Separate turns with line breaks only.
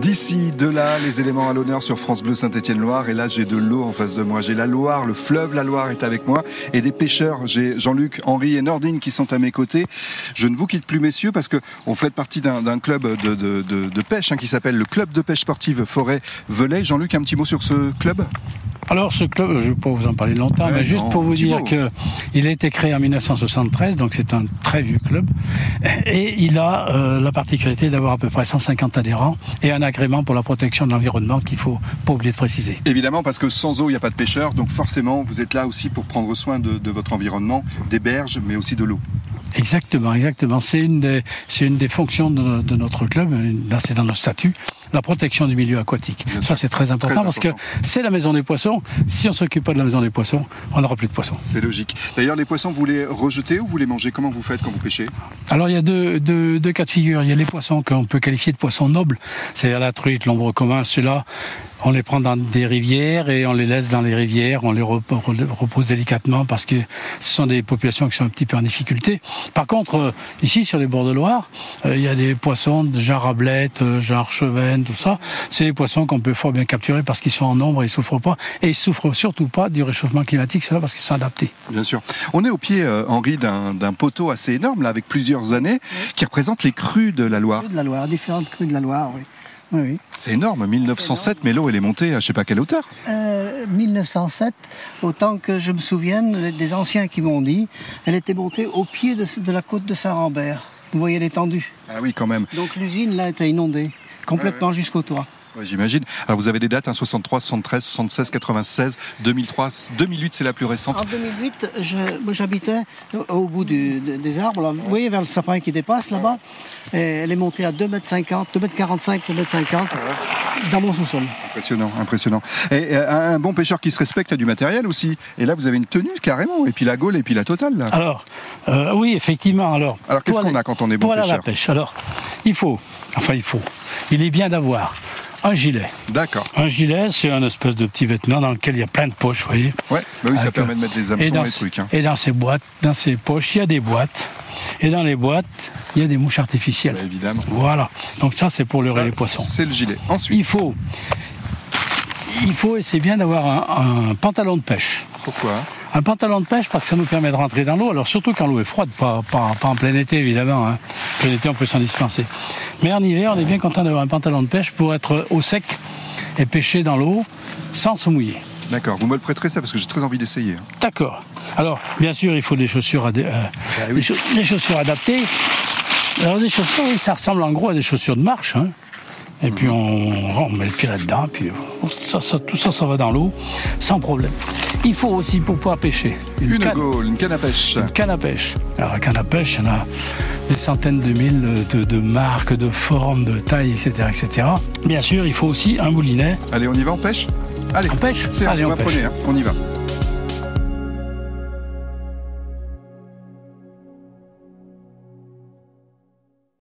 D'ici, de là, les éléments à l'honneur sur France Bleu Saint-Étienne-Loire. Et là, j'ai de l'eau en face de moi. J'ai la Loire, le fleuve, la Loire est avec moi. Et des pêcheurs, j'ai Jean-Luc, Henri et Nordine qui sont à mes côtés. Je ne vous quitte plus, messieurs, parce que on fait partie d'un d'un club de, de- de- de pêche hein, qui s'appelle le Club de pêche sportive Forêt-Velay. Jean-Luc, un petit mot sur ce club
Alors ce club, je ne vais pas vous en parler longtemps,
Ouais,
mais juste
non,
pour vous
petit
dire
mot.
que il a été créé en 1973, donc c'est un très vieux club, et il a euh, la particularité d'avoir à peu près 150 adhérents et un agrément pour la protection de l'environnement qu'il faut pas oublier de préciser.
Évidemment, parce que sans eau, il n'y a pas de pêcheurs. Donc forcément, vous êtes là aussi pour prendre soin de, de votre environnement, des berges, mais aussi de l'eau.
Exactement, exactement. C'est une des, c'est une des fonctions de, de notre club, euh, dans- c'est dans nos statuts, la protection du milieu aquatique.
Bien
Ça, c'est très important,
Très
parce que
important.
c'est la maison des poissons. Si on s'occupe pas de la maison des poissons, on n'aura plus de poissons.
C'est logique. D'ailleurs, les poissons, vous les rejetez ou vous les mangez Comment vous faites quand vous pêchez
Alors il y a deux, deux, deux cas de figure. Il y a les poissons qu'on peut qualifier de poissons nobles, c'est-à-dire la truite, l'ombre commun, ceux-là, on les prend dans des rivières et on les laisse dans les rivières, on les rep- re- repose délicatement parce que ce sont des populations qui sont un petit peu en difficulté. Par contre, euh, ici sur les bords de Loire, euh, il y a des poissons de genre ablette, euh, genre chevenne, tout ça. C'est des poissons qu'on peut fort bien capturer parce qu'ils sont en nombre et ils souffrent pas. Et ils souffrent surtout pas du réchauffement climatique, ceux-là parce qu'ils sont adaptés.
Bien sûr. On est au pied, euh, Henri, d'un d'un poteau assez énorme, là, avec plusieurs années, qui représente les crues de la Loire.
crues de la Loire, différentes crues de la Loire, oui. Oui, oui.
C'est énorme, 1907, mais l'eau, elle est montée à je sais pas quelle hauteur.
Euh, 1907, autant que je me souvienne, des anciens qui m'ont dit, elle était montée au pied de, de la côte de Saint-Rambert. Vous voyez l'étendue.
Ah oui, quand même,
Donc l'usine, là, était inondée, complètement jusqu'au toit.
Ouais, j'imagine. Alors vous avez des dates, hein, 63, 73, 76, 96, 2003, 2008, c'est la plus récente.
En 2008, je- moi, j'habitais au bout du- de- des arbres, là. vous voyez vers le sapin qui dépasse là-bas, Et elle est montée à 2,50 m, 2,45 m, 2,50 m dans mon sous-sol.
Impressionnant, impressionnant. Et euh, un un bon pêcheur qui se respecte a du matériel aussi. Et là, vous avez une tenue carrément, et puis la gaule, et puis la totale. là.
Alors, euh, oui, effectivement. Alors,
Alors, qu'est-ce
pour
qu'on
aller-
a quand on est bon
pour aller à la
pêcheur
pêche. Alors, il faut, enfin, il faut, il est bien d'avoir un gilet.
D'accord.
Un gilet, c'est un espèce de petit vêtement dans lequel il y a plein de poches, vous voyez.
Ouais, bah oui, ça
Avec,
permet
euh,
de mettre des
et
hameçons
dans,
et des trucs. hein.
et dans ces boîtes, dans ces poches, il y a des boîtes. Et dans les boîtes, il y a des mouches artificielles.
Bah, évidemment.
Voilà. Donc ça, c'est pour leurrer
Ça,
les poissons.
C'est le gilet.
Il
Ensuite,
faut, il faut, et c'est bien d'avoir un- un pantalon de pêche.
pourquoi
Un pantalon de pêche parce que ça nous permet de rentrer dans l'eau. Alors surtout quand l'eau est froide, pas, pas, pas en plein été évidemment. Hein. En plein été on peut s'en dispenser. Mais en hiver on est bien content d'avoir un pantalon de pêche pour être au sec et pêcher dans l'eau sans se mouiller.
D'accord, vous me le prêterez ça parce que j'ai très envie d'essayer. hein.
D'accord. Alors bien sûr il faut des chaussures, adé- euh, des, cha- des chaussures adaptées. Alors des chaussures, oui, ça ressemble en gros à des chaussures de marche. hein. Et puis on, on met le pied là-dedans, puis ça, ça- tout ça, ça va dans l'eau sans problème. Il faut aussi pour pouvoir pêcher
Une
canne.
gaule, une canne à pêche.
canne à pêche. Alors, la canne à pêche, il y en a des centaines de mille de, de marques, de formes, de tailles, etc., etc. Bien sûr, il faut aussi un moulinet.
Allez, on y va, on pêche Allez,
On pêche
c'est
Allez,
on
on
va
pêche.
prenez, hein, on y va.